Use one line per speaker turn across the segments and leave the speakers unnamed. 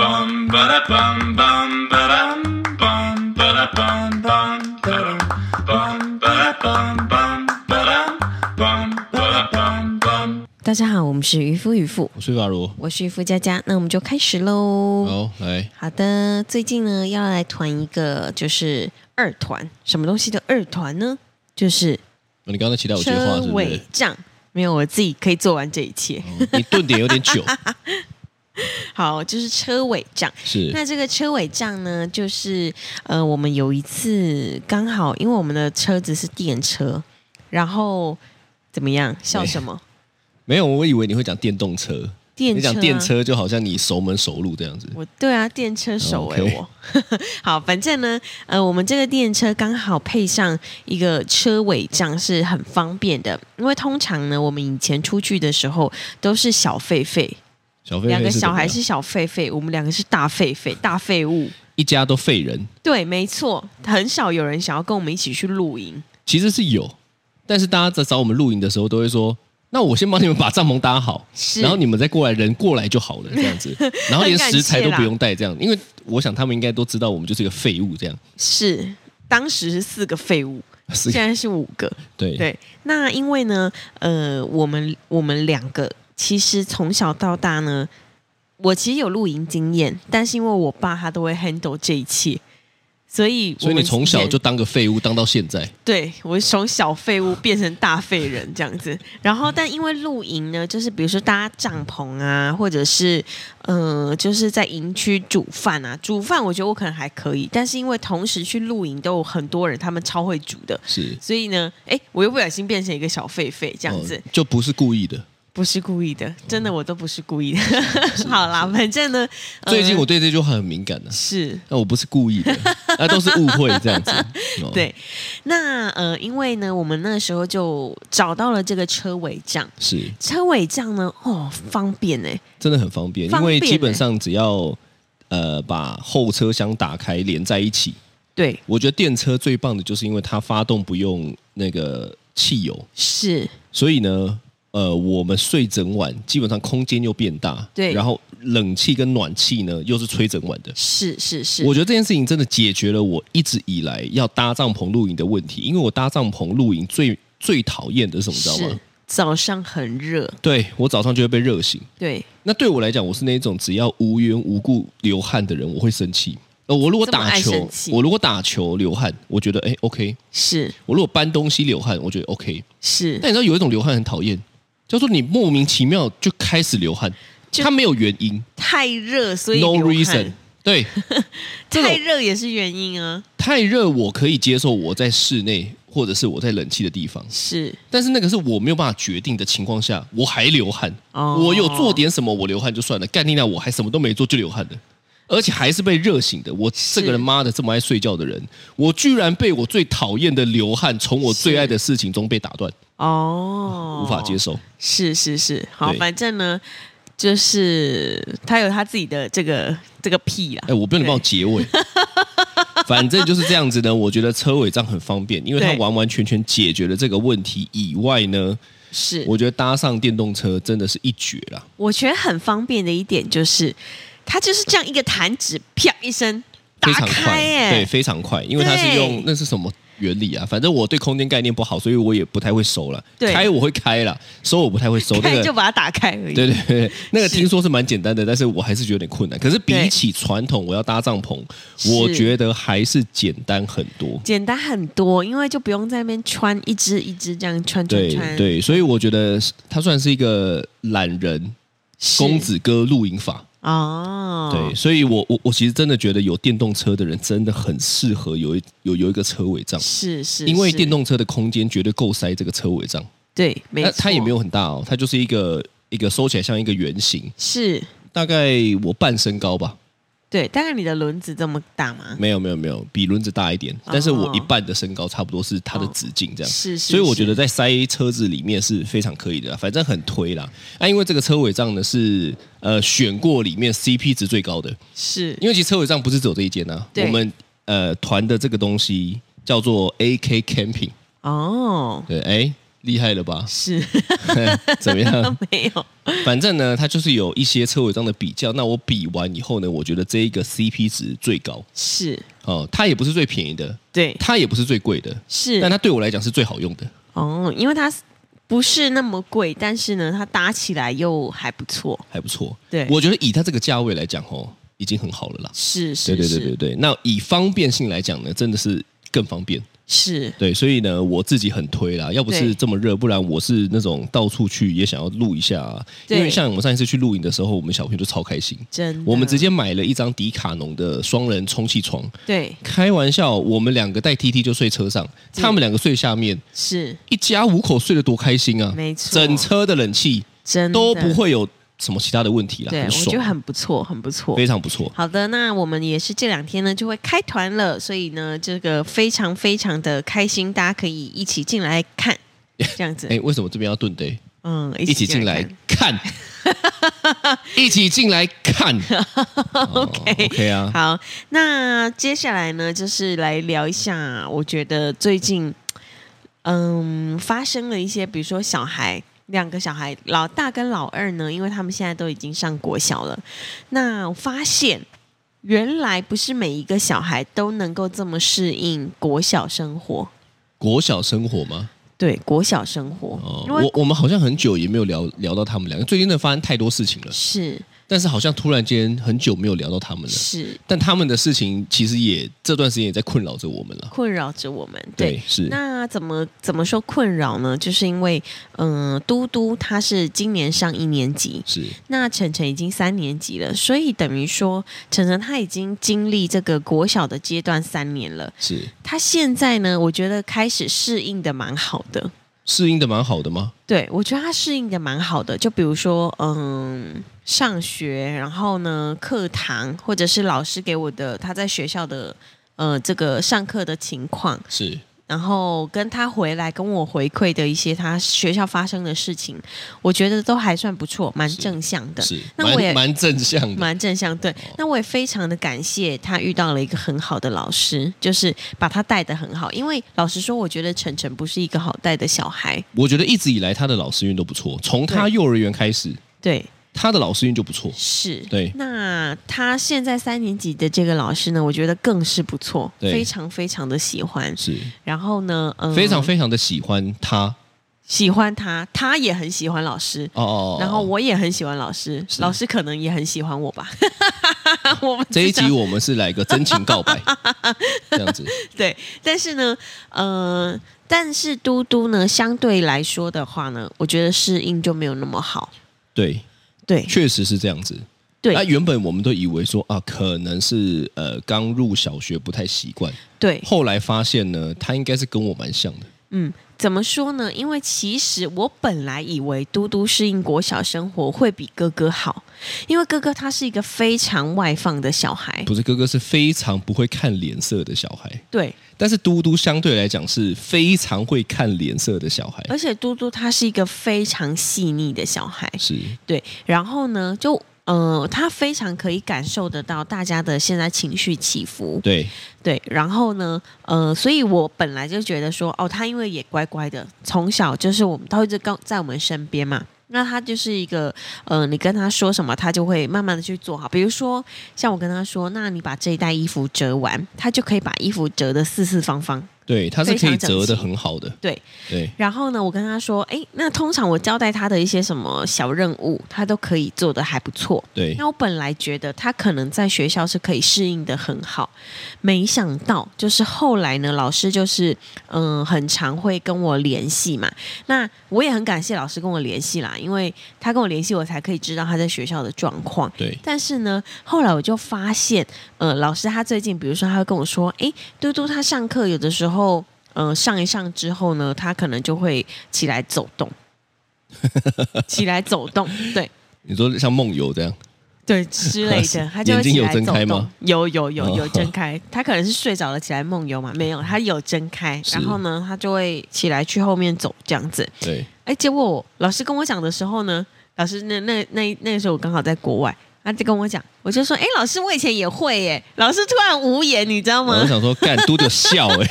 bum ba da bum bum ba dum bum ba da bum bum ba dum bum ba da bum bum ba dum bum ba da bum bum.
大家好，我们是渔夫渔妇，
我是法如。
我是渔夫佳佳，那我们就开始喽。
好，来，
好的，最近呢要来团一个，就是二团，什么东西的二团呢？就是
哦你刚刚在期待我接话
车
是不
尾
是？
账。没有，我自己可以做完这一切。
哦你顿点有点 久，
好，就是车尾账。
是
那这个车尾账呢，就是呃，我们有一次刚好，因为我们的车子是电车，然后怎么样？笑什么？
没有？我以为你会讲电动车，
电
你
车、啊？
讲电车就好像你熟门熟路这样子。
我对啊，电车手哎、
哦 OK
我 好，反正呢，呃，我们这个电车刚好配上一个车尾帐是很方便的，因为通常呢，我们以前出去的时候都是小狒狒，
小狒狒
两个
是怎
小
么
孩
样
是小狒狒，我们两个是大狒狒，大废物。
一家都废人，
对，没错，很少有人想要跟我们一起去露营。
其实是有，但是大家在找我们露营的时候都会说。那我先帮你们把帐篷搭好，
是
然后你们再过来，人过来就好了，这 样子，然后
很
连
感谢
食材都
啦
不用带，这样，因为我想他们应该都知道我们就是一个废物，这样，
是，当时是四个废物，
是
现，在 是五个。
对，
对，那因为呢，呃，我们我们两个其实从小到大呢，我其实有露营经验，但是因为我爸他都会 handle 这一切，所以我
所以你
们
从小
也
就当个废物，当到现在，
对我从小废物变成大废人这样子。然后，但因为露营呢，就是比如说搭帐篷啊，或者是呃，就是在营区煮饭啊，煮饭我觉得我可能还可以，但是因为同时去露营都有很多人，他们超会煮的，
是
所以呢，哎，我又不小心变成一个小狒狒这
这
样子，
哦就不是故意的。
不是故意的，真的我都不是故
哦
意的。 好啦，反正呢，呃
最近我对这句话很敏感的、啊
是
那哦我不是 故意的，那都是误会这样子。哦，
对，那呃，因为呢，我们那时候就找到了这个车尾帐，
是
车尾帐呢，哦，方便哎，
真的很方便，
方便欸
因为基本上只要呃把后车厢打开连在一起，
对，
我觉得电车最棒的就是因为它发动不用那个汽油，
是
所以呢。呃，我们睡整晚，基本上空间又变大，
对
然后冷气跟暖气呢又是吹整晚的，
是是是，
我觉得这件事情真的解决了我一直以来要搭帐篷露营的问题，因为我搭帐篷露营最最讨厌的是什么，你知道
是
吗？
早上很热，
对我早上就会被热醒。
对，
那对我来讲，我是那种只要无缘无故流汗的人，我会生气。呃，我如果
这么
打
爱
球
生气，
我如果打球流汗，我觉得哎 OK；
是
我如果搬东西流汗，我觉得 OK。
是
但你知道有一种流汗很讨厌，叫做你莫名其妙就开始流汗，
就
它没有原因
太热，所以
，no
流汗
reason。对，这种
太热也是原因啊，
太热我可以接受，我在室内 或者是我在冷气的地方，
是
但是那个是我没有办法决定的情况下，我还流汗。
哦
我有做点什么，我流汗就算了，干你娘，我还什么都没做就流汗的，而且还是被热醒的。我这个人妈的这么爱睡觉的人，我居然被我最讨厌的流汗从我最爱的事情中被打断，
哦，
无法接受。
是是是，好，
对
反正呢，就是他有他自己的这个这个癖啦。
哎，我不能
对
帮我结尾。 反正就是这样子呢，我觉得车尾帐很方便，因为它
对
完完全全解决了这个问题以外呢，
是我
我觉得搭上电动车真的是一绝啦。
觉得很方便的一点就是，它就是这样一个弹指，啪一声打
非常快，
开、耶，
对，非常快，因为它是用
对
那是什么原理啊？反正我对空间概念不好，所以我也不太会收了。
对
开我会开了，收我不太会收。那
开
个
就把它打开而已。
对对对，对那个
是
听说是蛮简单的，但是我还是觉得有点困难。可是比
对
起传统我要搭帐篷，
是
我觉得还是简单很多。
简单很多，因为就不用在那边穿一只一只这样穿穿
对
穿。，
对，所以我觉得它算是一个懒人公子哥露营法。
哦，
对，，所以我我我其实真的觉得有电动车的人真的很适合有一有有一个车尾帐。
是是，
因为
是
电动车的空间绝对够塞这个车尾帐，
对，没
那
错，
它也没有很大哦，它就是一个一个收起来像一个圆形，
是，
大概我半身高吧，
对，大概你的轮子这么大吗？
没有没有没有，比轮子大一点，但是我一半的身高差不多是它的直径这样，
哦是是，
所以我觉
是
得在塞车子里面是非常可以的啦，啊反正很推啦。那、因为这个车尾帐呢是呃选过里面 CP 值最高的，
是
因为其实车尾帐不是只有这一间啊，
对
我们呃团的这个东西叫做 AK Camping。
哦，
对，哎，厉害了 吧？
是
怎么样？
没有，
反正呢，它就是有一些车尾灯的比较。那我比完以后呢，我觉得这一个 CP 值最高
是
哦，它也不是最便宜的，
对，
它也不是最贵的，但
是
它对我来讲是最好用的。
哦，因为它不是那么贵，但是呢，它搭起来又还不错，
还不错。
对
我觉得以它这个价位来讲，哦，已经很好了啦。
是是
对对对对
是
对，那以方便性来讲呢，真的是更方便。
是
对，所以呢，我自己很推啦。要不是
对
这么热，不然我是那种到处去也想要录一下、啊。因
对
为像我们上一次去露营的时候，我们小朋友就超开心，
真的，
我们直接买了一张迪卡侬的双人充气床。
对
开玩笑，我们两个带 T T 就睡车上，
对
他们两个睡下面，
是
一家五口睡得多开心啊！
没错
整车的冷气
真的
都不，会有什么其他的问题啦，
对我
很爽，啊
觉得很不错，很不错，
非常不错。
好的，那我们也是这两天呢就会开团了，所以呢，这个非常非常的开心，大家可以一起进来看，这样子，
哎，为什么这边要顿队？
嗯，
一起进来
看
看， 一起进来看。OK OK 啊，
好，那接下来呢，就是来聊一下，我觉得最近，嗯，发生了一些，比如说小孩。两个小孩，老大跟老二呢，因为他们现在都已经上国小了。那我发现，原来不是每一个小孩都能够这么适应国小生活。
国小生活吗？
对国小生活，
哦，
因为
我我们好像很久也没有聊聊到他们两个，最近真的发生太多事情了，
是
但是好像突然间很久没有聊到他们了。
是
但他们的事情其实也这段时间也在困扰着我们了。
困扰着我们。对，
是，
那怎么怎么说困扰呢？就是因为，嗯、嘟嘟他是今年上一年级，
是
那晨晨已经三年级了，所以等于说晨晨他已经经历这个国小的阶段三年了。
是
他现在呢，我觉得开始适应的蛮好的。
适应的蛮好的吗？
对，我觉得他适应的蛮好的。就比如说，嗯，上学，然后呢，课堂或者是老师给我的他在学校的呃这个上课的情况，
是
然后跟他回来跟我回馈的一些他学校发生的事情，我觉得都还算不错，蛮正向的。
是，
那我也
蛮蛮正向的。
蛮正向，
哦
对。那我也非常的感谢他遇到了一个很好的老师，就是把他带得很好。因为老实说，我觉得晨晨不是一个好带的小孩，
我觉得一直以来他的老师运都不错，从他
对
幼儿园开始，
对。
他的老师运就不错。
是，
对
那他现在三年级的这个老师呢，我觉得更是不错，
对
非常非常的喜欢。
是
然后呢，嗯，
非常非常的喜欢他
喜欢他，他也很喜欢老师。
哦哦。哦
然后
哦
我也很喜欢老师，
是
老师可能也很喜欢 我吧。我们
这一
知道
集我们是来个真情告 白，这样子
对，但是呢，呃，但是嘟嘟呢，相对来说的话呢，我觉得适应就没有那么好。
对，
对
确实是这哎样子。
对、
那原本我们都以为说啊，可能是呃刚入小学不太习惯，
对，
后来发现呢，他应该是跟我蛮像的。
嗯，怎么说呢？因为其实我本来以为嘟嘟适应国小生活会比哥哥好，因为哥哥他是一个非常外放的小孩。
不是哥哥是非常不会看脸色的小孩，
对，
但是嘟嘟相对来讲是非常会看脸色的小孩，
而且嘟嘟他是一个非常细腻的小孩。
是
对，然后呢，就呃，他非常可以感受得到大家的现在情绪起伏。
对
对，然后呢，呃，所以我本来就觉得说，哦，他因为也乖乖的，从小就是我们他一直跟在我们身边嘛。那他就是一个，呃，你跟他说什么，他就会慢慢的去做好。比如说，像我跟他说，那你把这一袋衣服折完，他就可以把衣服折得四四方方。
对，他是可以
非常整齐
折的很好的，
对，
对
然后呢，我跟他说，诶，那通常我交代他的一些什么小任务，他都可以做得还不错。
对
那我本来觉得他可能在学校是可以适应的很好，没想到就是后来呢，老师就是嗯、呃很常会跟我联系嘛。那我也很感谢老师跟我联系啦，因为他跟我联系，我才可以知道他在学校的状况。
对
但是呢，后来我就发现，呃，老师他最近，比如说，他会跟我说，诶，嘟嘟他上课有的时候，呃，上一上之后呢，他可能就会起来走动，起来走动，对。
你说像梦游这样，
对之类 的，他就会
眼睛
起
有
来
睁
走
开
动
吗。
有有有有
哦
睁开， 他可能是睡着了起来梦游嘛？没有，他有睁开，
是
然后呢，他就会起来去后面走这样子。
对
哎，结果老师跟我讲的时候呢，老师那那那那个时候我刚好在国外，他就跟我讲，我就说，哎、老师，我以前也会耶。老师突然无言，你知道
我
吗？
想说，干嘟嘟笑哎、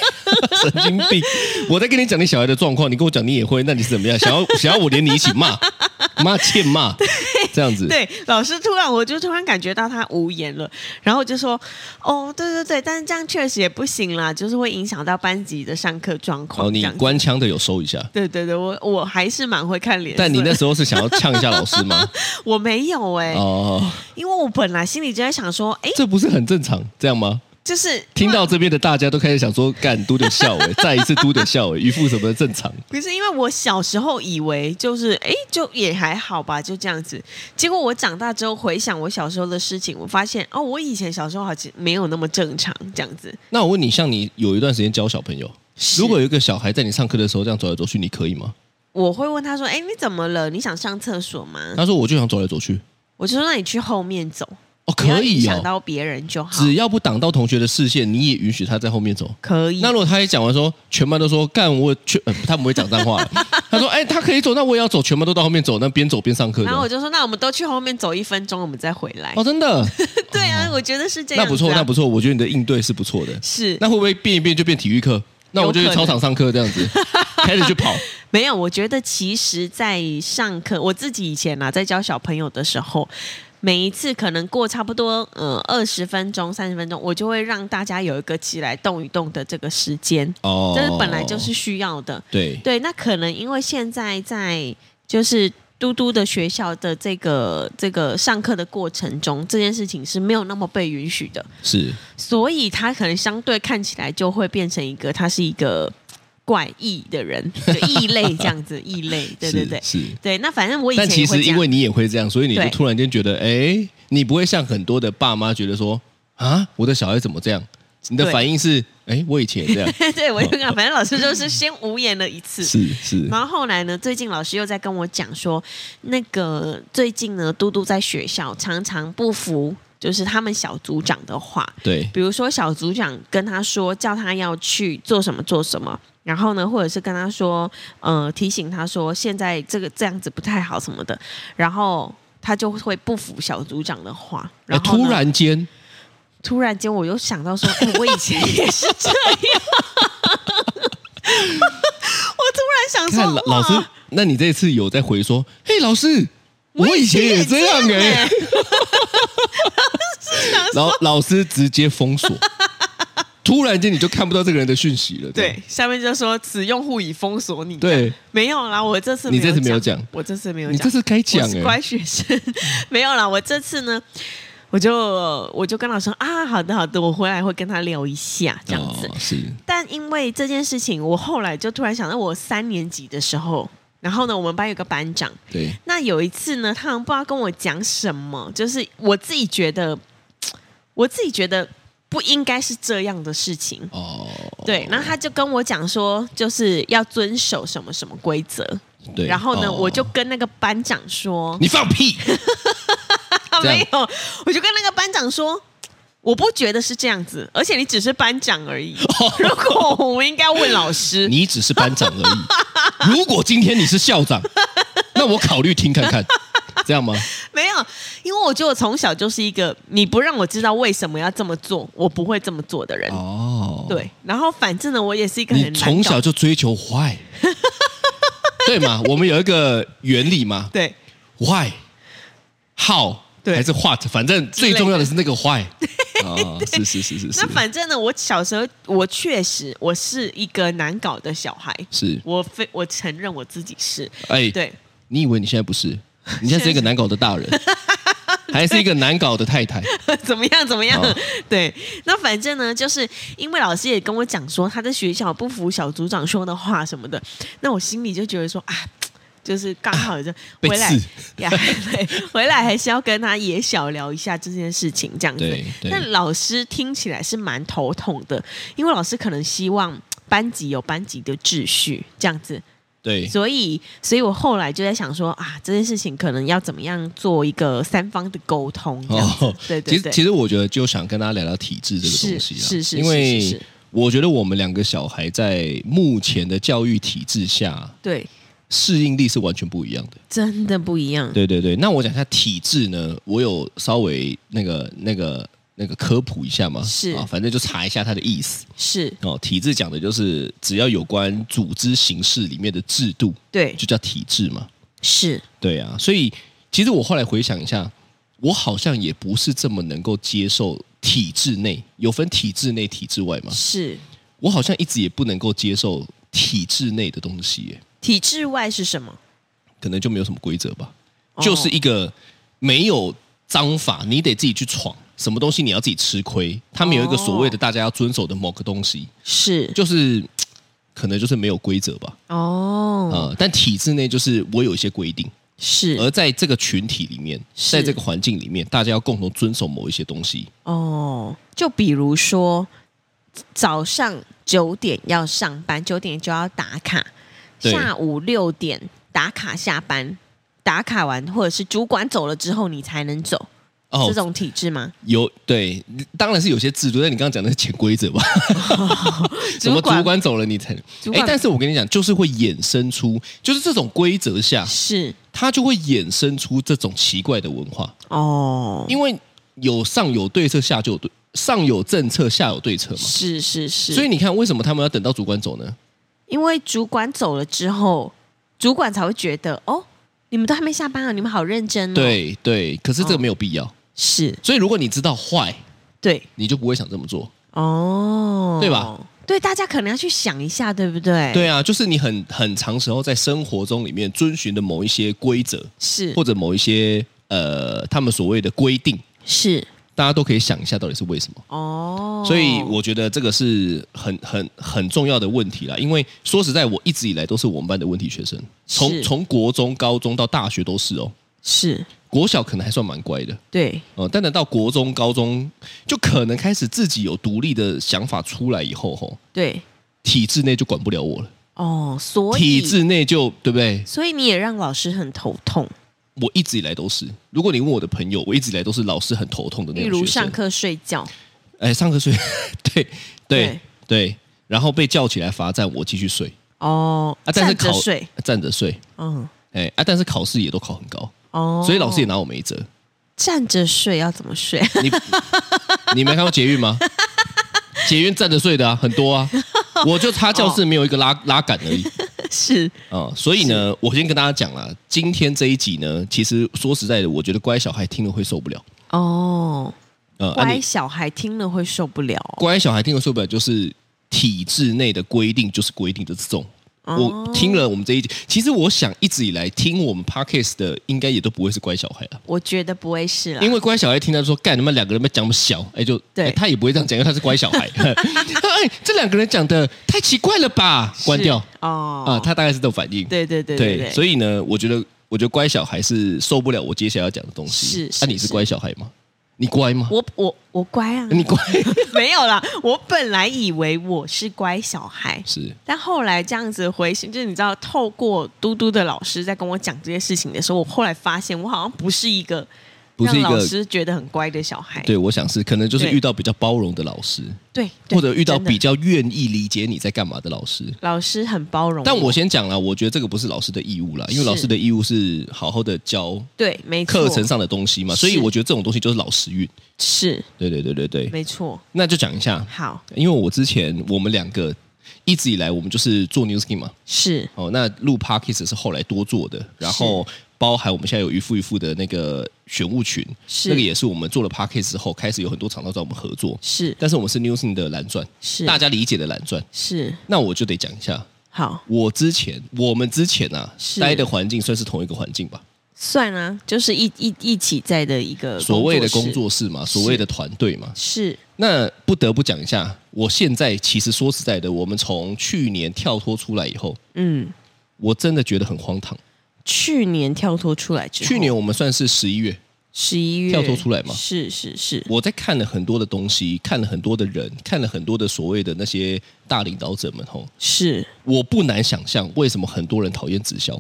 神经病！我在跟你讲你小孩的状况，你跟我讲你也会，那你是怎么样？想要想要我连你一起骂，骂欠骂，这样 子。
对，老师突然我就突然感觉到他无言了，然后我就说，哦，对对对，但是这样确实也不行啦，就是会影响到班级的上课状况。
哦，你
这样子
官腔的有收一下，
对对对，我我还是蛮会看脸色的，
但你那时候是想要呛一下老师吗？
我没有哎、
哦，
因为我本来心里就在想说，哎，
这不是很正常，这样吗？
就是
听到这边的大家都开始想说，干嘟嘟笑哎、再一次嘟嘟笑哎、渔夫什么的正常。
不是因为我小时候以为就是哎，诶就也还好吧，就这样子。结果我长大之后回想我小时候的事情，我发现哦，我以前小时候好像没有那么正常，这样子
那我问你，像你有一段时间教小朋友，如果有一个小孩在你上课的时候这样走来走去，你可以吗？
我会问他说：“哎，你怎么了？你想上厕所吗
他说我就想走来走去。？”
我就说：“那你去后面走，
哦，
不要
可
啊影
以
响
哦，
到别人就好。
只要不挡到同学的视线，你也允许他在后面走。
可以
那，如果他一讲完说，全班都说干我全、呃，他不会讲脏 话。他说，哎、他可以走，那我也要走，全班都到后面走，那边走边上课的
然。后我就说：“那我们都去后面走一分钟，我们再回来。
哦，真的，
对啊，我觉得是这样、
那
子
不错，
啊
那不错，我觉得你的应对是不错的。
是
那会不会变一变就变体育课？那我就去操场上课这 样子，开始去跑。
没有，我觉得其实，在上课，我自己以前啊，在教小朋友的时候，每一次可能过差不多呃二十分钟、三十分钟，我就会让大家有一个起来动一动的这个时间，
哦，
这是本来就是需要的。
对
对，那可能因为现在在就是。嘟嘟的学校的这个这个上课的过程中，这件事情是没有那么被允许的，
是
所以他可能相对看起来就会变成一个，他是一个怪异的人，就异类这样子， 异类，对对对
是。是
对，那反正我以前
但其
也
实
会这
因
样
为你也会这样，所以你就
对
突然间觉得，哎，你不会像很多的爸妈觉得说啊，我的小孩怎么这样？你的
对
反应是，哎，我以前也这 样，
对我就讲，反正老师就是先无言了一次，
是是
然后后来呢，最近老师又在跟我讲说，那个最近呢，嘟嘟在学校常常不服，就是他们小组长的话，
对
比如说小组长跟他说叫他要去做什么做什么，然后呢，或者是跟他说，呃，提醒他说现在这个这样子不太好什么的，然后他就会不服小组长的话，
哎
然后呢
突然间，
突然间我又想到说，哎，我以前也是这样。 我突然想
看
说
老，老
哇
师，那你这次有在回说，嘿，老师，我以前也这样 哎，
啊
然后 老师直接 封锁，突然间你就看不到这个人的讯息了。
对，下面就说此用户已封锁你。，
对，
没有啦，我这次
你这次没有讲
我这次没有
你
讲，
这次该
我
讲
是
哎
乖，学生， 没有啦，我这次呢。我就我就跟老师说啊，好的好的，我回来会跟他聊一下这样子。
哦是
但因为这件事情，我后来就突然想到，我三年级的时候，然后呢，我们班有个班长，
对
那有一次呢，他好像不知道跟我讲什么，就是我自己觉得，我自己觉得不应该是这样的事情。
哦，
对，然后他就跟我讲说，就是要遵守什么什么规则。
对，
然后呢，
哦
我就跟那个班长说，
你放屁，
啊
这样
没有，我就跟那个班长说，我不觉得是这样子，而且你只是班长而 已。如果我们应该问老师，
哦你只是班长而已。如果今天你是 校长，那我考虑听看看，这样吗？
没有，因为我觉得我从小就是一个你不让我知道为什么要这么做，我不会这么做的人。
哦，
对，然后反正呢，我也是一个很
你
难
从
搞
小就追求坏，对吗？我们有一个原理嘛
对
，why、how
对
还是 what，反正最重要的是那个 why。哦， 是是是是是
那，反正呢，我小时候我确实我是一个难搞的小孩，
是
我非我承认我自己是
哎，
对，
你以为你现在不是？你现在是一个难搞的大人， 还是一个难搞的太太？
怎么样怎么样
哦？
对，那反正呢，就是因为老师也跟我讲说他在学校不服小组长说的话什么的，那我心里就觉得说啊。就是刚好就
啊被
回来
刺
呀， 对，回来还是要跟他也小聊一下这件事情，这样子
对。对
但老师听起来是蛮头痛的，因为老师可能希望班级有班级的秩序，这样子。
对，
所以，所以我后来就在想说啊，这件事情可能要怎么样做一个三方的沟通，这样子。对对
哦其实
对，
其实我觉得就想跟大家聊聊体制这个东西啊，
是是是
因
是是
为
是
我觉得我们两个小孩在目前的教育体制下，
对
适应力是完全不一样的。
真的不一样。
对对对，那我讲一下体质呢，我有稍微那个那个那个科普一下嘛，
是
啊，反正就查一下它的意思
是，
哦。体制讲的就是只要有关组织形式里面的制度，
对，
就叫体制嘛。
是，
对啊，所以其实我后来回想一下，我好像也不是这么能够接受体制内有分体制内、体制外嘛，
是。
我好像一直也不能够接受体制内的东西耶，
体制外是什么？
可能就没有什么规则吧。
哦
就是一个没有章法，你得自己去闯。什么东西你要自己吃亏？他们有一
哦
个所谓的大家要遵守的某个东西，
是
就是嘖可能就是没有规则吧。
哦，
啊、但体制内就是我有一些规定，
是
而在这个群体里面，
是
在这个环境里面，大家要共同遵守某一些东西。
哦，就比如说早上九点要上班，九点就要打卡，
对
下午六点打卡下班，打卡完或者是主管走了之后你才能走，
哦
这，种体制吗？
有对，当然是有些制度，但你刚刚讲的是潜规 则吧？什么主管走了你才能？
主
哎
管，
但是我跟你讲，就是会衍生出，就是这种规则下，
是
它就会衍生出这种奇怪的文化，
哦，
因为有上有对策，下就有对上有政策，下有对策嘛。
是是是，嗯
所以你看，为什么他们要等到主管走呢？
因为主管走了之后，主管才会觉得哦，你们都还没下班啊，你们好认真哦，，
对对，可
哦
是这个没有必要。
是
所以如果你知道坏，
对。
你就不会想这么做。
哦，
对吧？
对，大家可能要去想一下，对不对？，
对啊，就是你很很长时候在生活中里面遵循的某一些规则，
是
或者某一些呃他们所谓的规定，
是
大家都可以想一下到底是为什么。
哦，
所以我觉得这个是很很很重要的问题啦，因为说实在，我一直以来都是我们班的问题学生，从
是
从国中、高中到大学都是哦。
是
国小可能还算蛮乖的，
对
呃，但等到国中、高中，就可能开始自己有独立的想法出来以后，吼，
对
体制内就管不了我了，
哦，所以
体制内就对不对？
所以你也让老师很头痛，
我一直以来都是，如果你问我的朋友，我一直以来都是老师很头痛的那
例
种
如
学
上
生，
课睡觉，
哎，上课睡， 对对
对
对，然后被叫起来罚站，我继续睡
哦，
啊，但是
站着
考
睡，
站着睡，
嗯
哎啊，但是考试也都考很高，
哦，
所以老师也拿我没辙。
站着睡要怎么睡？
你你没看过捷运吗？捷运站着睡的啊，很多啊。我就差教
哦
室没有一个拉、拉杆 而已
是
啊、所以呢，我先跟大家讲啦，今天这一集呢，其实说实在的，我觉得乖小孩听了会受不了。
哦，
呃，啊、
乖
你
小孩听了会受不了哦，
乖小孩听了受不了，就是体制内的规定就是规定的这种。
哦
我听了我们这一集，其实我想一直以来听我们 podcast 的，应该也都不会是乖小孩啊。
我觉得不会是啦，
因为乖小孩听到说干你们两个人在讲那么小，哎就
对
哎他也不会这样讲，因为他是乖小孩。 哎，这两个人讲的太奇怪了吧？
是
关掉
哦
啊，他大概是这种反应。
对对对对
所
以
以呢，我觉得我觉得乖小孩是受不了我接下来要讲的东西。
是是
那你是
是
乖小孩吗？你乖吗？
我我我乖啊，
你乖
没有啦，我本来以为我是乖小孩，
是
但后来这样子回想，就是你知道，透过嘟嘟的老师在跟我讲这些事情的时候，我后来发现我好像不是一个
不是
让
一
老
个？
师觉得很乖的小孩。
对，我想是可能就是
对
遇到比较包容的老师，
对，对
或者遇到
真的
比较愿意理解你在干嘛的老师。
老师很包容，
但我先讲了，我觉得这个不是老师的义务啦，因为
是
老师的义务是好好的教
对没错
课程上的东西嘛，
是
所以我觉得这种东西就是老师运。
是
对对对对对，
没错。
那就讲一下，
好
因为我之前我们两个一直以来我们就是做 New Skin 嘛，
是
哦，那录 Podcast 是后来多做的，然后包含我们现在有一副一副的那个选物群，
是
那个也是我们做了 Podcast 之后开始有很多厂商找我们合作，
是
但是我们是 New Skin 的蓝钻，
是
大家理解的蓝钻，
是
那我就得讲一下。
好
我之前，我们之前啊，
是
待的环境算是同一个环境吧，
算啊，就是一一一起在的一个
所谓的
室
工作室嘛，所谓的团队嘛，
是
那不得不讲一下，我现在其实说实在的，我们从去年跳脱出来以后，
嗯，
我真的觉得很荒唐。
去年跳脱出来之后，
去年我们算是十一月，
十一月
跳脱出来嘛
是是是
我在看了很多的东西，看了很多的人，看了很多的所谓的那些大领导者们吼，
是
我不难想象为什么很多人讨厌直销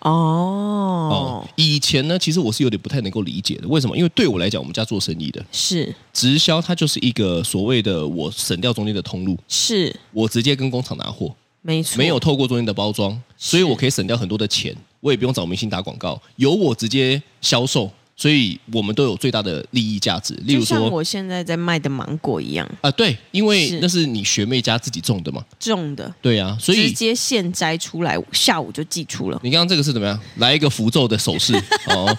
哦
哦。以前呢，其实我是有点不太能够理解的，为什么？因为对我来讲，我们家做生意的
是
直销，它就是一个所谓的我省掉中间的通路，
是
我直接跟工厂拿货。
没错，
没有透过中间的包装，所以我可以省掉很多的钱，我也不用找明星打广告，由我直接销售，所以我们都有最大的利益价值。例
就
如
像
说，
我现在在卖的芒果一样，
啊、对，因为
是
那是你学妹家自己种的嘛，
种的，
对呀、所
直
以
接现摘出来，下午就寄出了，
你刚刚这个是怎么样？来一个符咒的 手势哦，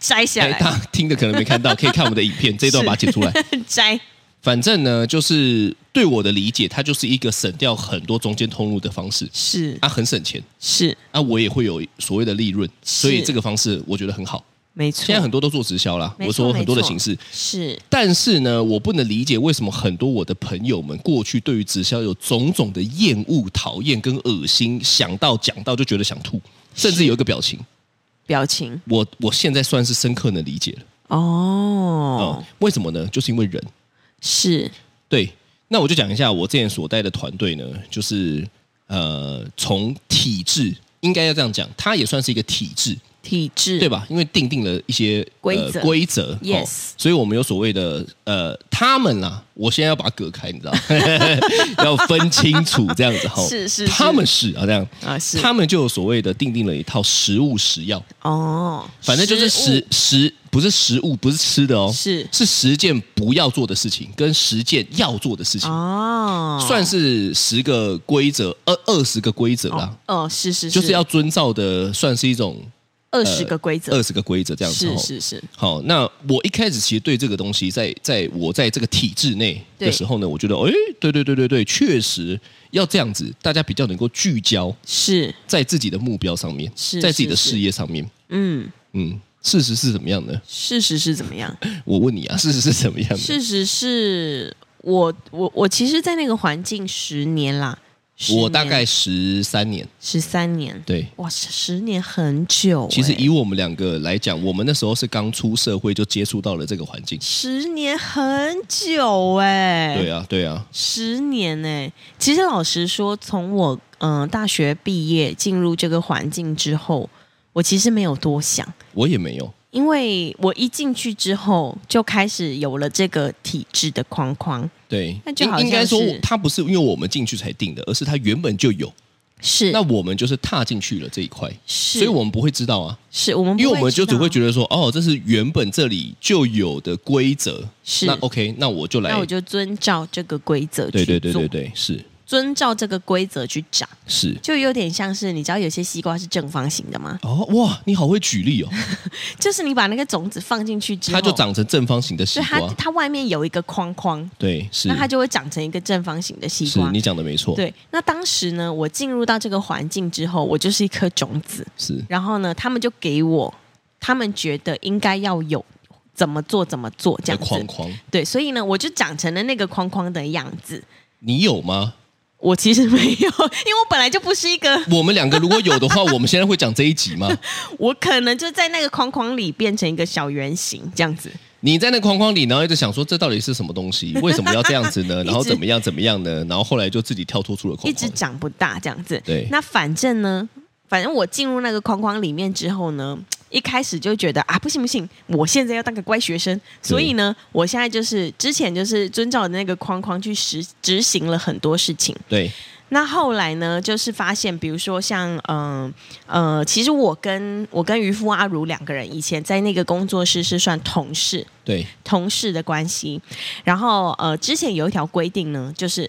摘下
哎，大
来，
家听的可能没看到，可以看我们的影 片，这一段把它剪出来。
摘，
反正呢，就是对我的理解，它就是一个省掉很多中间通路的方式，
是
啊，很省钱，
是，
啊，我也会有所谓的利润，
是
所以这个方式我觉得很好。
没错，
现在很多都做直销啦，
没错
我说很多的形式，
是
但是呢，我不能理解为什么很多我的朋友们过去对于直销有种种的厌恶、讨厌跟恶心，想到讲到就觉得想吐，甚至有一个表情，
表情
我我现在算是深刻能理解了。哦、
哦，
为什么呢？就是因为人。
是
对，那我就讲一下我之前所带的团队呢，就是呃，从体制应该要这样讲，它也算是一个体制，
体质，
对？吧？因为定定了一些
规
呃
则
规则
Yes
所以我们有所谓的呃，他们啦，我现在要把它隔开，你知道， 要分清楚这样子哈、
是是是
他们是啊这样，
啊，是
他们就有所谓的定定了一套食物食药，
哦，
反正就是
食
食食不是食物，不是吃的哦，
是
是十件不要做的事情跟十件要做的事情
物，哦，
算是十个规则，二二十个规则啦，
哦，是是，
就是要遵照的，算是一种
二十个规则，
二十个规则这样子。
是
哦
是是，
好，那我一开始其实对这个东西在，在我在这个体制内的
对
时候呢，我觉得，哎，对对对对对，确实要这样子，大家比较能够聚焦
是
在自己的目标上面，
是
在自己的
是
事业上面。
嗯，
嗯，事实是怎么样呢？
事实是怎么样？
我问你啊，事实是怎么样呢？
事实是我我我其实，在那个环境十年啦，10
我
年
大概十三年，
十三年，
对。
哇，十十年很久欸、
其实以我们两个来讲，我们那时候是刚出社会就接触到了这个环境。
十年很久哎、
对啊，对啊，
十年呢、欸其实老实说，从我嗯、呃大学毕业进入这个环境之后，我其实没有多想，
我也没有。
因为我一进去之后就开始有了这个体制的框框，
对，
那就好
应应该说
像是
它不是因为我们进去才定的，而是它原本就有。
是
那我们就是踏进去了这一块，
是，
所以我们不会知道啊，
是我们不
因为我们就只会
知啊
觉得说，哦，这是原本这里就有的规则。
是
那 OK，那我就
道
来
那。我就遵照这个规则去
对
做，
对对对对，是
遵照这个规则去长，
是。
就有点像是你知道有些西瓜是正方形的吗？
哦哇，你好会举例哦，
就是你把那个种子放进去之后，
它就，长成正方形的西
所以它
瓜。
它外面有一个框框，
对，是
那它就会长成一个正方形的西
是
瓜
你。讲的没错，
对，那当时呢，我进入到这个环境之后，我就是一颗种子，
是
然后呢，他们就给我他们觉得应该要有怎么做怎么做这
的
样子，
哎框框。
对，所以呢，我就长成了那个框框的样子。
你有吗？
我其实没有，因为我本来就不是一个，
我们两个如果有的话，我们现在会讲这 一集吗？
我可能就在那个框框里变成一个小圆形这样子。
你在那框框里，然后一直想说这到底是什么东西？为什么要这样子 呢？然后怎么样怎么样呢？然后后来就自己跳脱出了框
一直
框。
长不大这样子。
对
那反正呢，反正我进入那个框框里面之后呢，一开始就觉得啊，不行不行，我现在要当个乖学生，所以呢，我现在就是之前就是遵照那个框框去实执行了很多事情。
对，
那后来呢，就是发现，比如说像嗯呃其实我跟我跟渔夫阿如两个人以前在那个工作室是算同事，
对，
同事的关系。然后呃，之前有一条规定呢，就是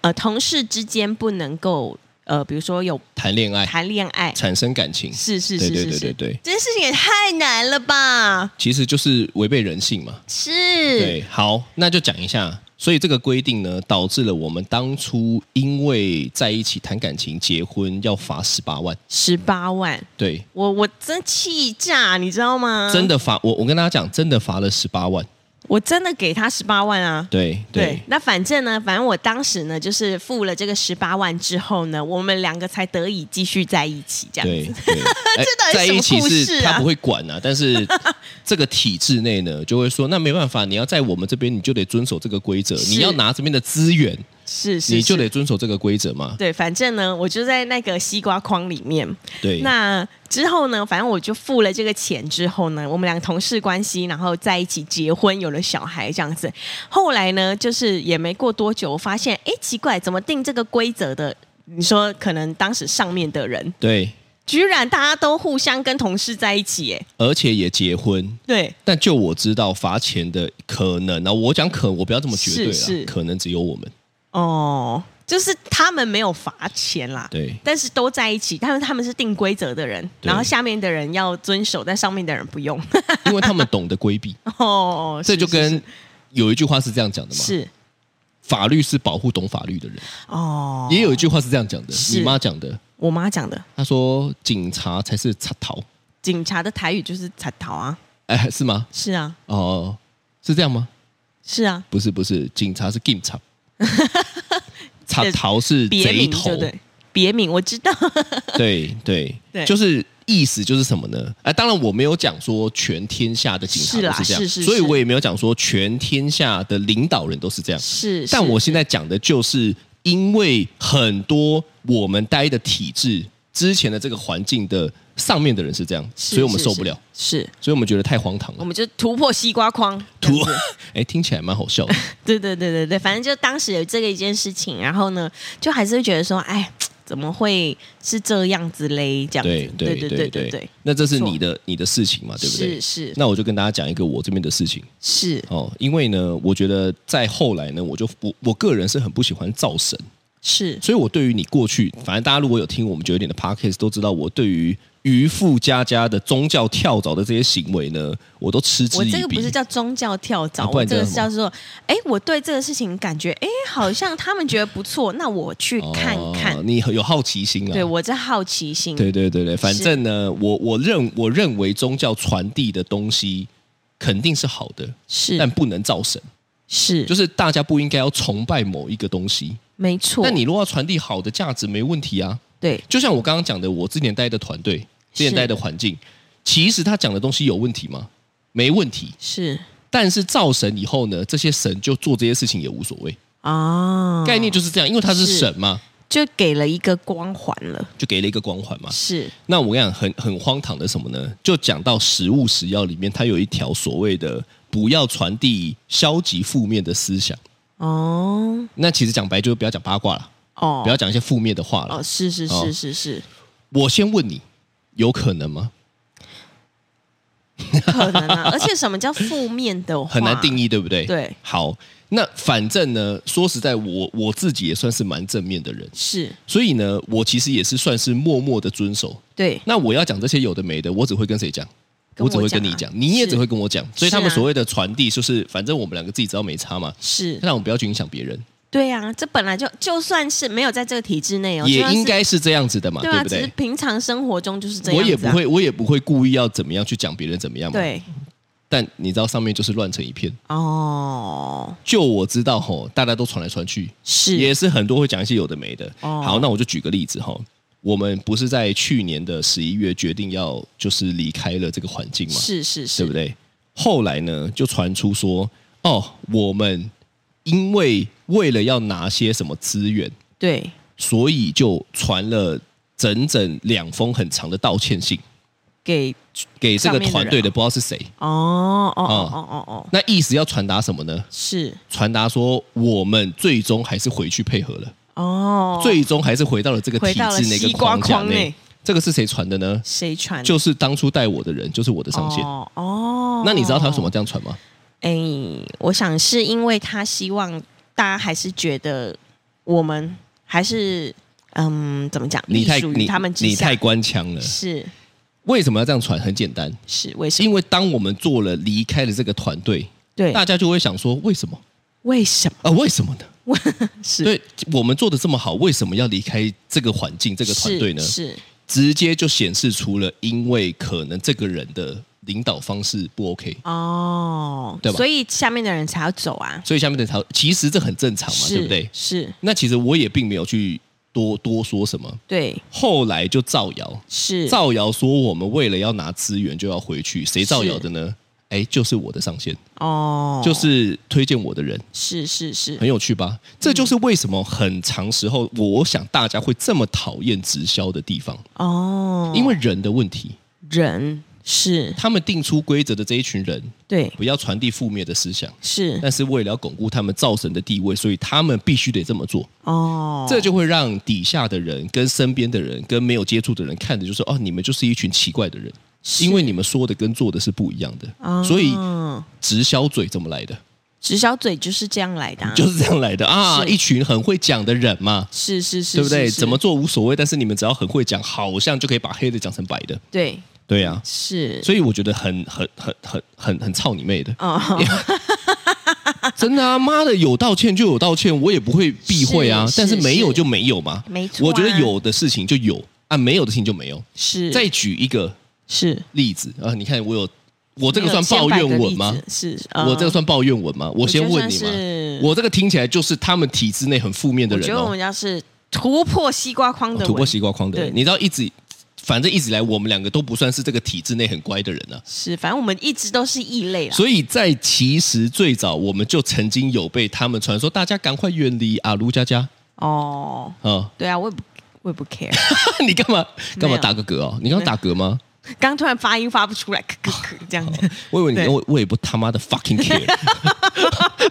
呃，同事之间不能够呃，比如说有
谈恋爱，
谈恋爱，
产生感情，
是是
对
是
对
是
对对
是，
对，
这件事情也太难了吧？
其实就是违背人性嘛。
是
对，好，那就讲一下。所以这个规定呢，导致了我们当初因为在一起谈感情、结婚要罚十八万。
十八万，
对，
我我真气炸，你知道吗？
真
的，
的罚我，我跟大家讲，真的罚了十八万。
我真的给他十八万啊！
对对
对，那反正呢，反正我当时呢，就是付了这个十八万之后呢，我们两个才得以继续在一起，这样
对
子。
对，哎
到底是
在
什么
一起
故
是
事
他
啊
不会管啊，但是这个体制内呢，就会说那没办法，你要在我们这边你就得遵守这个规则，你
是
要拿这边的资源，
是是，
你就是得遵守这个规则嘛。
对，反正呢，我就在那个西瓜筐里面。
对，
那之后呢，反正我就付了这个钱之后呢，我们两个同事关系，然后在一起结婚，有了小孩这样子。后来呢，就是也没过多久，我发现，哎，奇怪，怎么定这个规则的你说可能当时上面的人，
对，
居然大家都互相跟同事在一起，哎，
而且也结婚。
对，
但就我知道，罚钱的可能啊，我讲可，我不要这么绝
是
对
是
啊，可能只有我们。
哦，就是他们没有罚钱啦，
对
但是都在一起，他们他们是定规则的人，
对
然后下面的人要遵守，但上面的人不用。
因为他们懂得规避，
哦，
这
是
就是跟有一句话是这样讲的
是
嘛，
是
法律是保护懂法律的人。
哦，
也有一句话是这样讲的，
是
你妈讲的，
我妈讲的，
她说警察才是插头，
警察的台语就是“惨逃”啊，
哎，是吗？
是啊，
哦，是这样吗？
是啊，
不是不是，警察是 警察，插头是
别
贼
名
头
对，不对？别名我知道，
对对
对
就是意思就是什么呢？哎，当然我没有讲说全天下的警察
是
都
啦
是这样，
是是
所以
是
我也没有讲说全天下的领导人都是这样。
是，
但
是
我现在讲的就是，因为很多我们待的体制之前的这个环境的上面的人是这样，
是
所以我们
是
受不了，
是是
所以我们觉得太荒唐
我
了。
们就突破西瓜框，这
图
样子
哎，听起来蛮 好笑的。
对对对对对，反正就当时有这个一件事情，然后呢，就还是会觉得说，哎，怎么会是这样子嘞？这样子，
对
对
对
对
对
对，
那这是
没错
你的你的事情嘛，对不
是
对？
是
那我就跟大家讲一个我这边的事情
是
哦，因为呢，我觉得在后来呢，我就我我个人是很不喜欢造神，
是
所以我对于你过去，反正大家如果有听我们九点的 podcast 都知道，我对于渔夫家家的宗教跳蚤的这些行为呢，我都嗤之以
我
鼻。
这个不是叫宗教跳蚤，
啊不
我
然
这个
叫
是
什
叫
么
做，哎，我对这个事情感觉，哎，好像他们觉得不错，那我去看看。
哦你很有好奇心啊。
对我这好奇心，
对对对对反正呢，我我认我认为宗教传递的东西肯定是好的，
是
但不能造神，
是，
就是大家不应该要崇拜某一个东西。
没错。
那你如果要传递好的价值，没问题啊。
对
就像我刚刚讲的，我之前待的团队，之前
是
待的环境，其实他讲的东西有问题吗？没问题，
是
但是造神以后呢，这些神就做这些事情也无所谓。
啊，
概念就是这样，因为他是
是
神嘛，
就给了一个光环了，
就给了一个光环嘛。
是
那我跟你讲，很很荒唐的什么呢？就讲到食物食药里面，它有一条所谓的不要传递消极负面的思想。
哦
那其实讲白就是不要讲八卦了，
哦，
不要讲一些负面的话了。
哦，是是
哦
是是是，
我先问你，有可能吗？
可能 啊。而且什么叫负面的话，
很难定
义。
义，对不对？
对。
好，那反正呢，说实在，我我自己也算是蛮正面的人，
是
所以呢，我其实也是算是默默的遵守。
对，
那我要讲这些有的没的，我只会跟谁讲？
跟我
只会
讲
跟你
啊
讲，你也
是
只会跟我讲。所以他们
是啊
所谓的传递，就是反正我们两个自己知道没差嘛，
是
但我们不要去影响别人，
对啊。这本来就就算是没有在这个体制内哦，
也
就算是
应该是这样子的嘛，
对啊。
不
只是
对？
平常生活中就是这样，啊
我也不。会，我也不会故意要怎么样去讲别人怎么样嘛。。
对
但你知道上面就是乱成一片，
哦，
就我知道吼，大家都传来传去，也
是
是很多会讲一些有的没的。
哦
好，那我就举个例子哈，我们不是在去年的十一月决定要就是离开了这个环境嘛，
是是是，
对不对？后来呢，就传出说，哦，我们因为为了要拿些什么资源，
对？
所以就传了整整两封很长的道歉信
给
给这个
上面的
团队的，
人
不知道是谁。
哦哦哦
哦
哦哦哦，
那意思要传达什么呢？
是
传达说我们最终还是回去配合了，
哦，
最终还是回到了这个体
回到了
制那个
西瓜
框架
框
内
内。，
这个是谁传的呢？
谁传的？
就是当初带我的人，就是我的上线。
哦哦，
那你知道他为什么这样传吗？
哎、我想是因为他希望大家还是觉得我们还是嗯，怎么讲，
你太
隶属于
你
他们之
你
下
太官腔了。
是
为什么要这样传？很简单，
是为什么？
因为当我们做了离开了这个团队，
对，
大家就会想说，为什么
为什么
啊？为什么呢？
是
对我们做的这么好，为什么要离开这个环境、这
这
个团队呢？
是
直接就显示出了，因为可能这个人的领导方式不 OK，
哦，
对吧
所以下面的人才要走啊，
所以下面的他其实这很正常嘛，
是
对不对？
是，
那其实我也并没有去多多说什么，
对，
后来就造谣，
是
造谣说我们为了要拿资源就要回去，谁造谣的呢？哎，就是我的上线，
哦，
就是推荐我的人，
是是是
很有趣吧？
嗯
这就是为什么很长时候，我想大家会这么讨厌直销的地方，
哦，
因为人的问题。
人是
他们定出规则的这一群人，
对，
不要传递负面的思想，
是
但是为了要巩固他们造神的地位，所以他们必须得这么做。
哦，
这就会让底下的人、跟身边的人、跟没有接触的人看的，就是哦，你们就是一群奇怪的人，因为你们说的跟做的是不一样的，
哦
所以直销嘴怎么来的？
直销嘴就是这样来的、啊，
就是这样来的啊！
是
一群很会讲的人嘛，
是是是，
对不对？
是是
怎么做无所谓，但是你们只要很会讲，好像就可以把黑的讲成白的，
对
对呀、啊。
是？
所以我觉得很很很很很很操你妹的，
哦，
真的啊！妈的，有道歉就有道歉，我也不会避讳啊。
是
但是
是
没有
是
就没有嘛，
没错啊
我觉得有的事情就有啊，没有的事情就没有。
是
再举一个
是
例子啊，你看我有我这
这
个算抱怨文吗？？
是，呃
我这个算抱怨文吗？我先问
我觉
你
得算是
嘛，我这个听起来就是他们体制内很负面的
我
人
觉得我
哦，
们家是突破西瓜框的文
突破西瓜框的人，
对
你知道一直。反正一直以来，我们两个都不算是这个体制内很乖的人啊，
是，反正我们一直都是异类啦。
所以在其实最早我们就曾经有被他们传说，大家赶快远离阿卢佳佳
哦，
啊！
对啊，我也不我也不 care，
你干嘛
没
干嘛
有
打个嗝哦？你刚刚打嗝吗？
刚刚突然发音发不出来，咳咳咳这样子。
我以为你
对
我我也不他妈的 fucking care，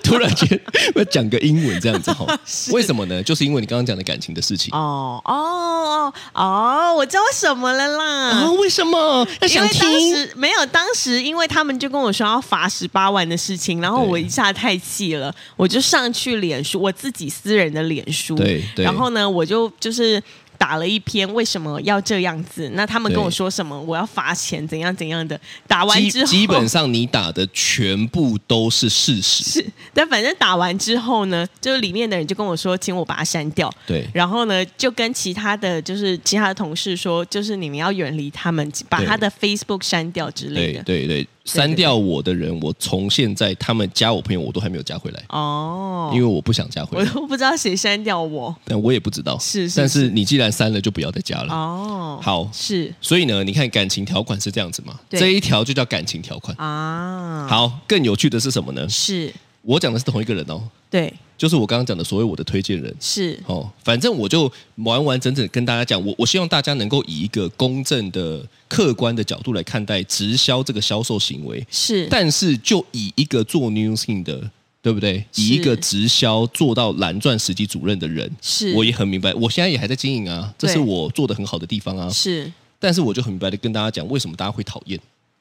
突然间要讲个英文这样子哈， 为什么呢？就是因为你刚刚讲的感情的事情
哦哦哦哦，我知道为什么了啦。
啊，为什么要
因
想
为
听？
当时没有，当时因为他们就跟我说要罚十八万的事情，然后
对
我一下太气了，我就上去脸书，我自己私人的脸书，
对对
然后呢，我就就是打了一篇为什么要这样子，那他们跟
对
我说什么，我要罚钱怎样怎样的，打完
基
之后，
基本上你打的全部都是事实，
是，但反正打完之后呢，就是里面的人就跟我说，请我把它删掉。
对
然后呢，就跟其他的就是其他的同事说，就是你们要远离他们，把他的 Facebook 删掉之类
对
的。
对对，删掉我的人，我从现在他们加我朋友，我都还没有加回来，
哦，
因为我不想加回
我
来，
都不知道谁删掉我。
但我也不知道。
是是
但是你既然删了，就不要再加了。
哦，
好，
是
所以呢，你看感情条款是这样子嘛？
对
这一条就叫感情条款。
啊，，
好，更有趣的是什么呢？
是，
我讲的是同一个人哦，
对，
就是我刚刚讲的所谓我的推荐人。
是
哦，反正我就完完整整跟大家讲，我我希望大家能够以一个公正的、客观的角度来看待直销这个销售行为，
是，
但是就以一个做 newsing 的，对不对？以一个直销做到蓝钻实际主任的人，
是，
我也很明白，我现在也还在经营啊，这
对
是我做的很好的地方啊。
是，
但是我就很明白的跟大家讲，为什么大家会讨厌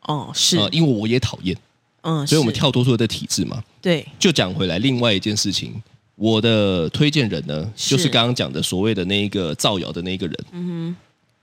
哦，是，
啊、因为我也讨厌，
嗯，
所以我们
是
跳脱出了这体制嘛。
对
就讲回来，另外一件事情，我的推荐人呢，
是
就是刚刚讲的所谓的那一个造谣的那一个人，嗯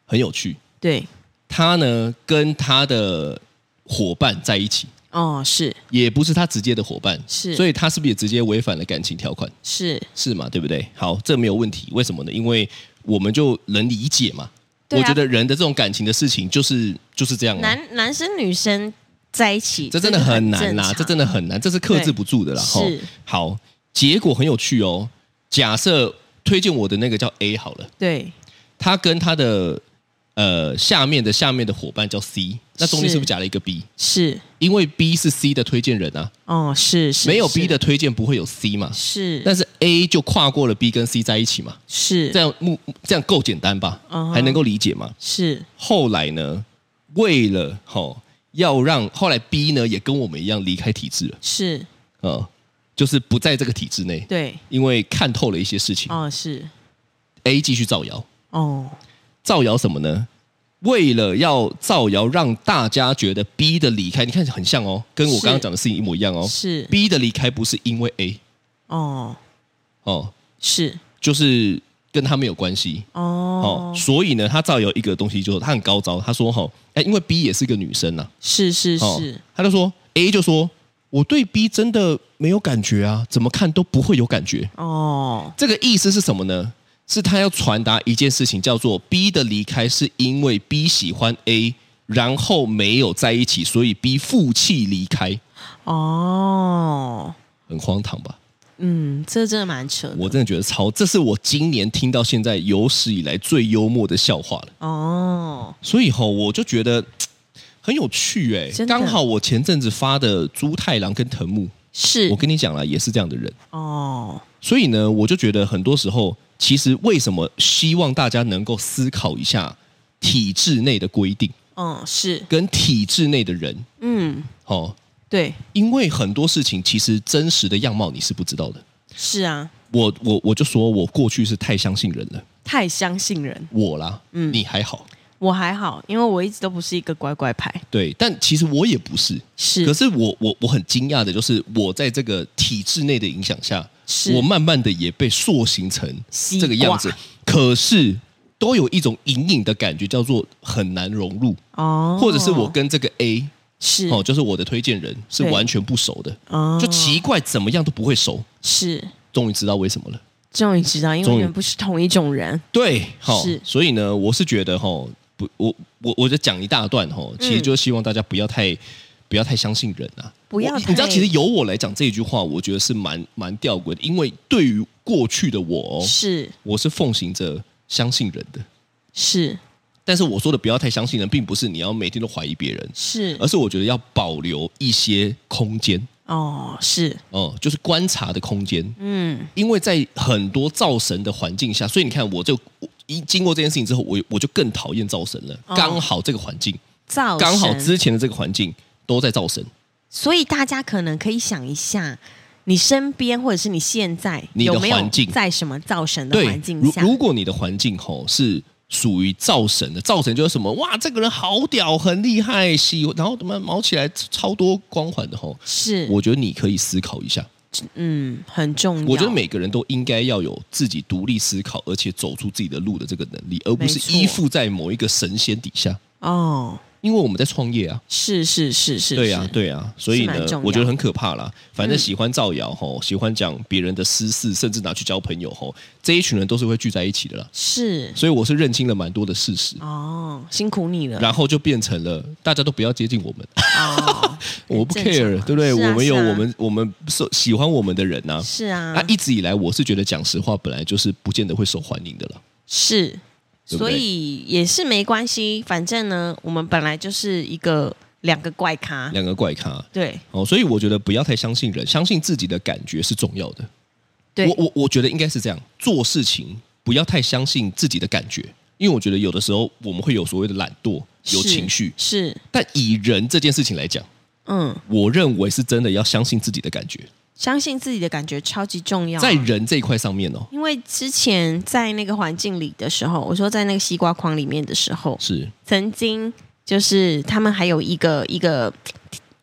很有趣。
对，
他呢跟他的伙伴在一起，
哦，是
也不是他直接的伙伴，
是
所以他是不是也直接违反了感情条款？
是，
是嘛？对不对？好，这没有问题。为什么呢？因为我们就能理解嘛。
对啊
我觉得人的这种感情的事情，就是就是这样、啊。
男男生女生在一起，
这真的很难
啦
啦，，这真的很难，这是克制不住的啦。
对
吼
是
好，结果很有趣哦。假设推荐我的那个叫 A 好了，
对，
他跟他的呃下面的下面的伙伴叫 C，那中间
是
是不是夹了一个 B？
是，
因为 B 是 C 的推荐人啊，
哦，是是，
没有 B
是
的推荐不会有 C 嘛。
是，
但是 A 就跨过了 B 跟 C 在一起嘛，
是
这样目这样够简单吧
嗯哼
还能够理解嘛？
是
后来呢，为了吼、要让后来 B 呢也跟我们一样离开体制了。
是，
呃，就是不在这个体制内，
对，
因为看透了一些事情。
哦是，
A 继续造谣，
哦
造谣什么呢？为了要造谣，让大家觉得 B 的离开，你看很像哦，跟我
是
刚刚讲的事情一模一样哦。
是
B 的离开不是因为 A
哦
哦，
是
就是跟他没有关系哦
哦
所以呢，他造谣一个东西就是他很高招，他说哈、哦，哎，因为 B 也是个女生呐、
是是
哦
是，
他就说 A 就说我对 B 真的没有感觉啊，怎么看都不会有感觉。
哦
这个意思是什么呢？是他要传达一件事情，叫做 B 的离开是因为 B 喜欢 A，然后没有在一起，所以 B 负气离开，
哦，
很荒唐吧？
嗯，这真的蛮扯的
我真的觉得超，这是我今年听到现在有史以来最幽默的笑话了。
哦，
所以吼、我就觉得嘖很有趣哎、
真的
刚好我前阵子发的猪太郎跟藤木，
是
我跟你讲了，也是这样的人。
哦
所以呢，我就觉得很多时候，其实为什么希望大家能够思考一下体制内的规定，
哦嗯，是，
跟体制内的人
嗯，
哦，
对，
因为很多事情其实真实的样貌你是不知道的。
是啊，
我我我就说我过去是太相信人了，
太相信人。
我啦，
嗯
你还好，
我还好，因为我一直都不是一个乖乖牌。
对，但其实我也不是。
是，
可是我我我很惊讶的就是，我在这个体制内的影响下，
是
我慢慢的也被塑形成
习
这个样子
惯。
可是都有一种隐隐的感觉，叫做很难融入，
哦，
或者是我跟这个 A
是
哦，就是我的推荐人是
对
完全不熟的，
哦
就奇怪怎么样都不会熟。
是，
终于知道为什么了。
终于知道，因为
终于
你们不是同一种人。
对，好、
是
所以呢，我是觉得哈、不，我我我就讲一大段哈、
嗯
其实就是希望大家不要太。不要太相信人啊！
不要
我你
太
知道，其实由我来讲这一句话，我觉得是蛮蛮吊诡的，因为对于过去的我、哦，
是
我是奉行着相信人的。
是
但是我说的不要太相信人，并不是你要每天都怀疑别人，
是
而是我觉得要保留一些空间
哦，是
哦、就是观察的空间。
嗯
因为在很多造神的环境下，所以你看，我就我一经过这件事情之后，我我就更讨厌造神了。
哦
刚好这个环境，
造
刚好
神
之前的这个环境都在造神，
所以大家可能可以想一下，你身边或者是你现在
你的
有没有
环境
在什么造神的
对
环。境
如
下？
如果你的环境吼是属于造神的，造神就是什么哇，这个人好屌，很厉害，喜然后怎么毛起来超多光环的吼，
是
我觉得你可以思考一下。
嗯很重要，
我觉得每个人都应该要有自己独立思考，而且走出自己的路的这个能力，而不
没
是
错
依附在某一个神仙底下。
哦
因为我们在创业啊，
是是是是，
对
是
啊，对啊，所以呢
蛮重要，的嗯
我觉得很可怕啦。反正喜欢造谣吼，喜欢讲别人的私事，甚至拿去交朋友吼，这一群人都是会聚在一起的啦。
是
所以我是认清了蛮多的事实，
哦，辛苦你了
然后就变成了大家都不要接近我们，
哦，
我不
很正常
care，
啊
对不对？
是啊
我们有
是啊
我们我们受喜欢我们的人呐。
是啊，
啊，一直以来我是觉得讲实话本来就是不见得会受欢迎的啦。
是，
对不对
所以也是没关系，反正呢，我们本来就是一个两个怪咖，
两个怪咖
对
哦，所以我觉得不要太相信人，相信自己的感觉是重要的。
对
我我我觉得应该是这样，做事情不要太相信自己的感觉，因为我觉得有的时候我们会有所谓的懒惰，有
是
情绪，
是，
但以人这件事情来讲，
嗯，
我认为是真的要相信自己的感觉，
相信自己的感觉超级重要啊、
在人这一块上面哦，
因为之前在那个环境里的时候，我说在那个西瓜筐里面的时候，
是
曾经就是他们还有一个一个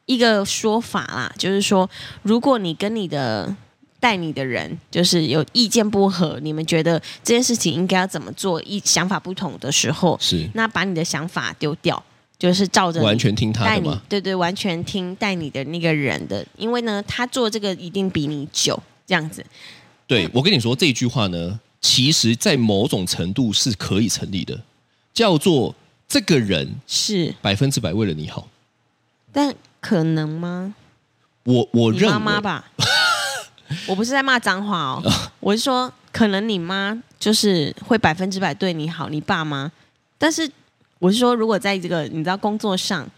一个说法啦，就是说，如果你跟你的带你的人就是有意见不合，你们觉得这件事情应该要怎么做，一想法不同的时候，
是，
那把你的想法丢掉，就是照着你
完全听他
带
的
你
嘛，
对对，完全听带你的那个人的，因为呢，他做这个一定比你久，这样子
对我跟你说这句话呢，其实在某种程度是可以成立的，叫做这个人
是，
百分之百为了你好。
但可能吗？
我我
你
认为
妈妈吧。 我不是在骂脏话哦，我是说，可能你妈就是会百分之百对你好，你爸妈。但是我是说，如果在这个你知道工作上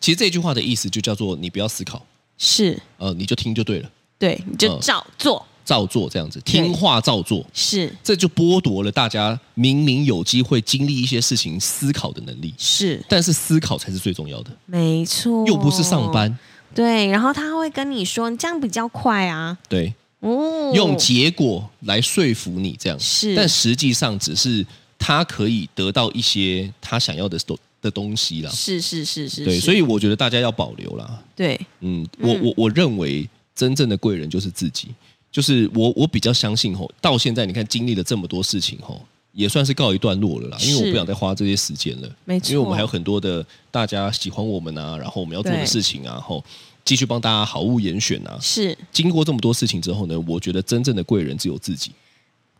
其实这句话的意思就叫做你不要思考，
是
呃，你就听就对了，
对，你就
嗯
照做，
照做这样子，
对
听话照做，
是
这就剥夺了大家明明有机会经历一些事情思考的能力。
是
但是思考才是最重要的，
没错，
又不是上。班，
对，然后他会跟你说，你这样比较快啊，
对，
哦，
用结果来说服你这样，
是
但实际上只是他可以得到一些他想要的东的东西啦，
是是是是，
啊对，
是
所以我觉得大家要保留啦，
对
嗯，我我我认为真正的贵人就是自己，就是我我比较相信吼，到现在你看经历了这么多事情吼，也算是告一段落了啦，因
是
为我不想再花这些时间了，
没错
因为我们还有很多的大家喜欢我们啊，然后我们要做的
对
事情啊，吼，继续帮大家好物严选啊。
是
经过这么多事情之后呢，我觉得真正的贵人只有自己，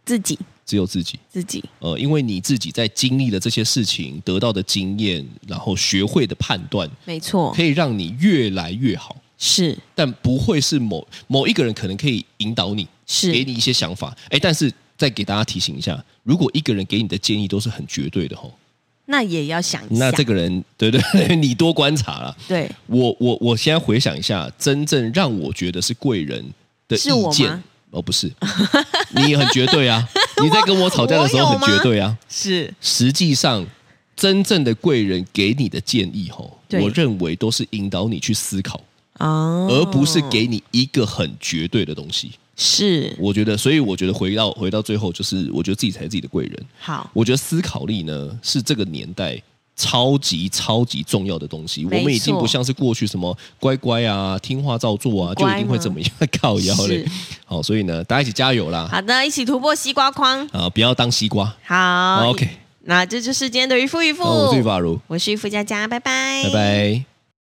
自己
只有自己。
自己
呃，因为你自己在经历了这些事情，得到的经验，然后学会的判断，
没错
可，以让你越来越好。
是
但不会是某某一个人可能可以引导你，给
是
你一些想法。哎，但是再给大家提醒一下，如果一个人给你的建议都是很绝对的吼，
那也要想一下，
那这个人对 不对？你多观察了。
对
我我我现在回想一下，真正让我觉得是贵人的
是我
意
吗
见，哦，不是， 你很绝对啊！你在跟我吵架的时候
我
很
有吗
绝对啊。
是
实际上，真正的贵人给你的建议，吼，
对
我认为都是引导你去思考，
哦，
而不是给你一个很绝对的东西。
是
我觉得，所以我觉得回到回到最后，就是我觉得自己才是自己的贵人。
好，
我觉得思考力呢是这个年代超级超级重要的东西。
没错
我们已经不像是过去什么乖乖啊、听话照做啊，
乖
就
吗
一定会怎么样 靠腰嘞
是。
好，所以呢，大家一起加油啦！
好的，一起突破西瓜框。
啊，不要当西瓜。
好
OK，
那这就是今天的渔夫渔夫，
好，我是法如，
我是渔夫佳佳，拜拜，
拜。拜。